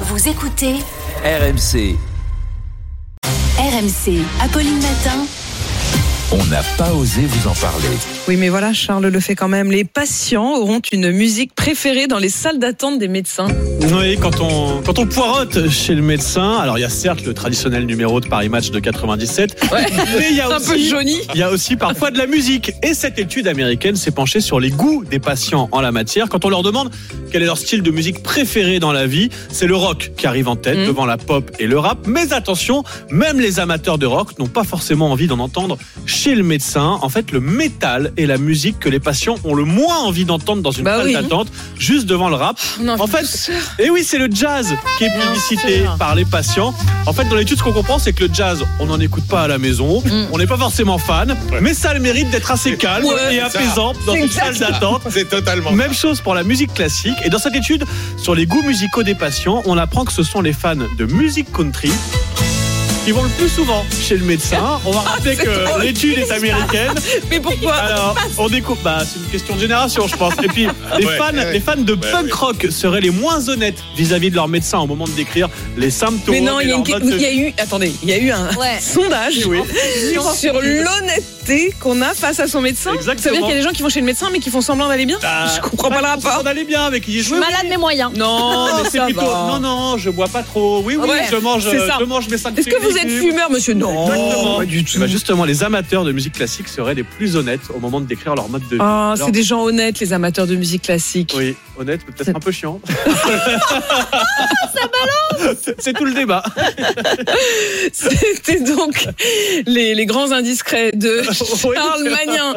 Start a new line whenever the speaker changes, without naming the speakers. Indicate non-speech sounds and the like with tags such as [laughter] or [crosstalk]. Vous écoutez
RMC,
RMC. Apolline Matin.
on n'a pas osé vous en parler.
Oui, mais voilà, Charles le fait quand même. Les patients auront une musique préférée dans les salles d'attente des médecins.
Oui, quand on, quand on poirote chez le médecin, alors il y a certes le traditionnel numéro de Paris Match de 97,
Ouais.
mais
[laughs]
il y a
Un peu
aussi...
Johnny.
Il y a aussi parfois de la musique. Et cette étude américaine s'est penchée sur les goûts des patients en la matière. Quand on leur demande quel est leur style de musique préféré dans la vie, c'est le rock qui arrive en tête
Mhm.
devant la pop et le rap. Mais attention, même les amateurs de rock n'ont pas forcément envie d'en entendre chez le médecin. En fait, le métal est la musique que les patients ont le moins envie d'entendre dans une
Bah
salle
oui.
d'attente, juste devant le rap.
On a envie
En
de [laughs]
fait,
douceur.
Et Eh oui, c'est le jazz qui est publicité
sûr.
par les patients. En fait, dans l'étude, ce qu'on comprend, c'est que le jazz, on n'en écoute pas à la maison,
Mm.
on n'est pas forcément fan, mais ça a le mérite d'être assez calme
Ouais,
et
c'est
apaisant dans
C'est
une
exact
salle d'attente.
C'est totalement.
Même chose pour la musique classique. Et dans cette étude sur les goûts musicaux des patients, on apprend que ce sont les fans de musique country qui vont le plus souvent chez
[laughs]
le médecin. On va rappeler
Ah, c'est
que
drôle.
l'étude est américaine.
Mais pourquoi [laughs]
Alors, on découvre. Bah, c'est une question de génération, je pense. Et puis, les,
Ouais,
fans,
ouais.
les fans de
Ouais,
punk
ouais.
rock seraient les moins honnêtes vis-à-vis de leur médecin au moment de décrire les symptômes.
Mais non,
et
il y, a
leur
une-
mode
il y a eu, attendez, il y a eu un
Ouais.
sondage
de- Oui,
[laughs] sur l'honnêteté qu'on a face à son médecin. Ça veut dire
Exactement.
qu'il y a des gens qui vont chez le médecin mais qui font semblant d'aller bien.
Bah,
Je comprends pas le rapport.
On allait bien avec. Ils disent, oui, oui,
Malade mais moyen.
Non, mais c'est
ça
plutôt.
va.
Non, non, je bois pas trop. Oui, oui,
Ouais,
je mange. euh,
c'est ça.
Je mange mes cinq
Est-ce que vous êtes
légumes.
fumeur, monsieur Non.
Exactement.
pas du
Eh
tout.
ben, justement, les amateurs de musique classique seraient les plus honnêtes au moment de décrire leur mode de vie.
Ah,
Alors-
c'est des gens honnêtes, les amateurs de musique classique. [laughs]
Oui, honnête, mais peut-être un peu chiant. Ça balance C'est tout le débat.
C'était donc les, les grands indiscrets de [laughs]
Oui.
Charles Magnin.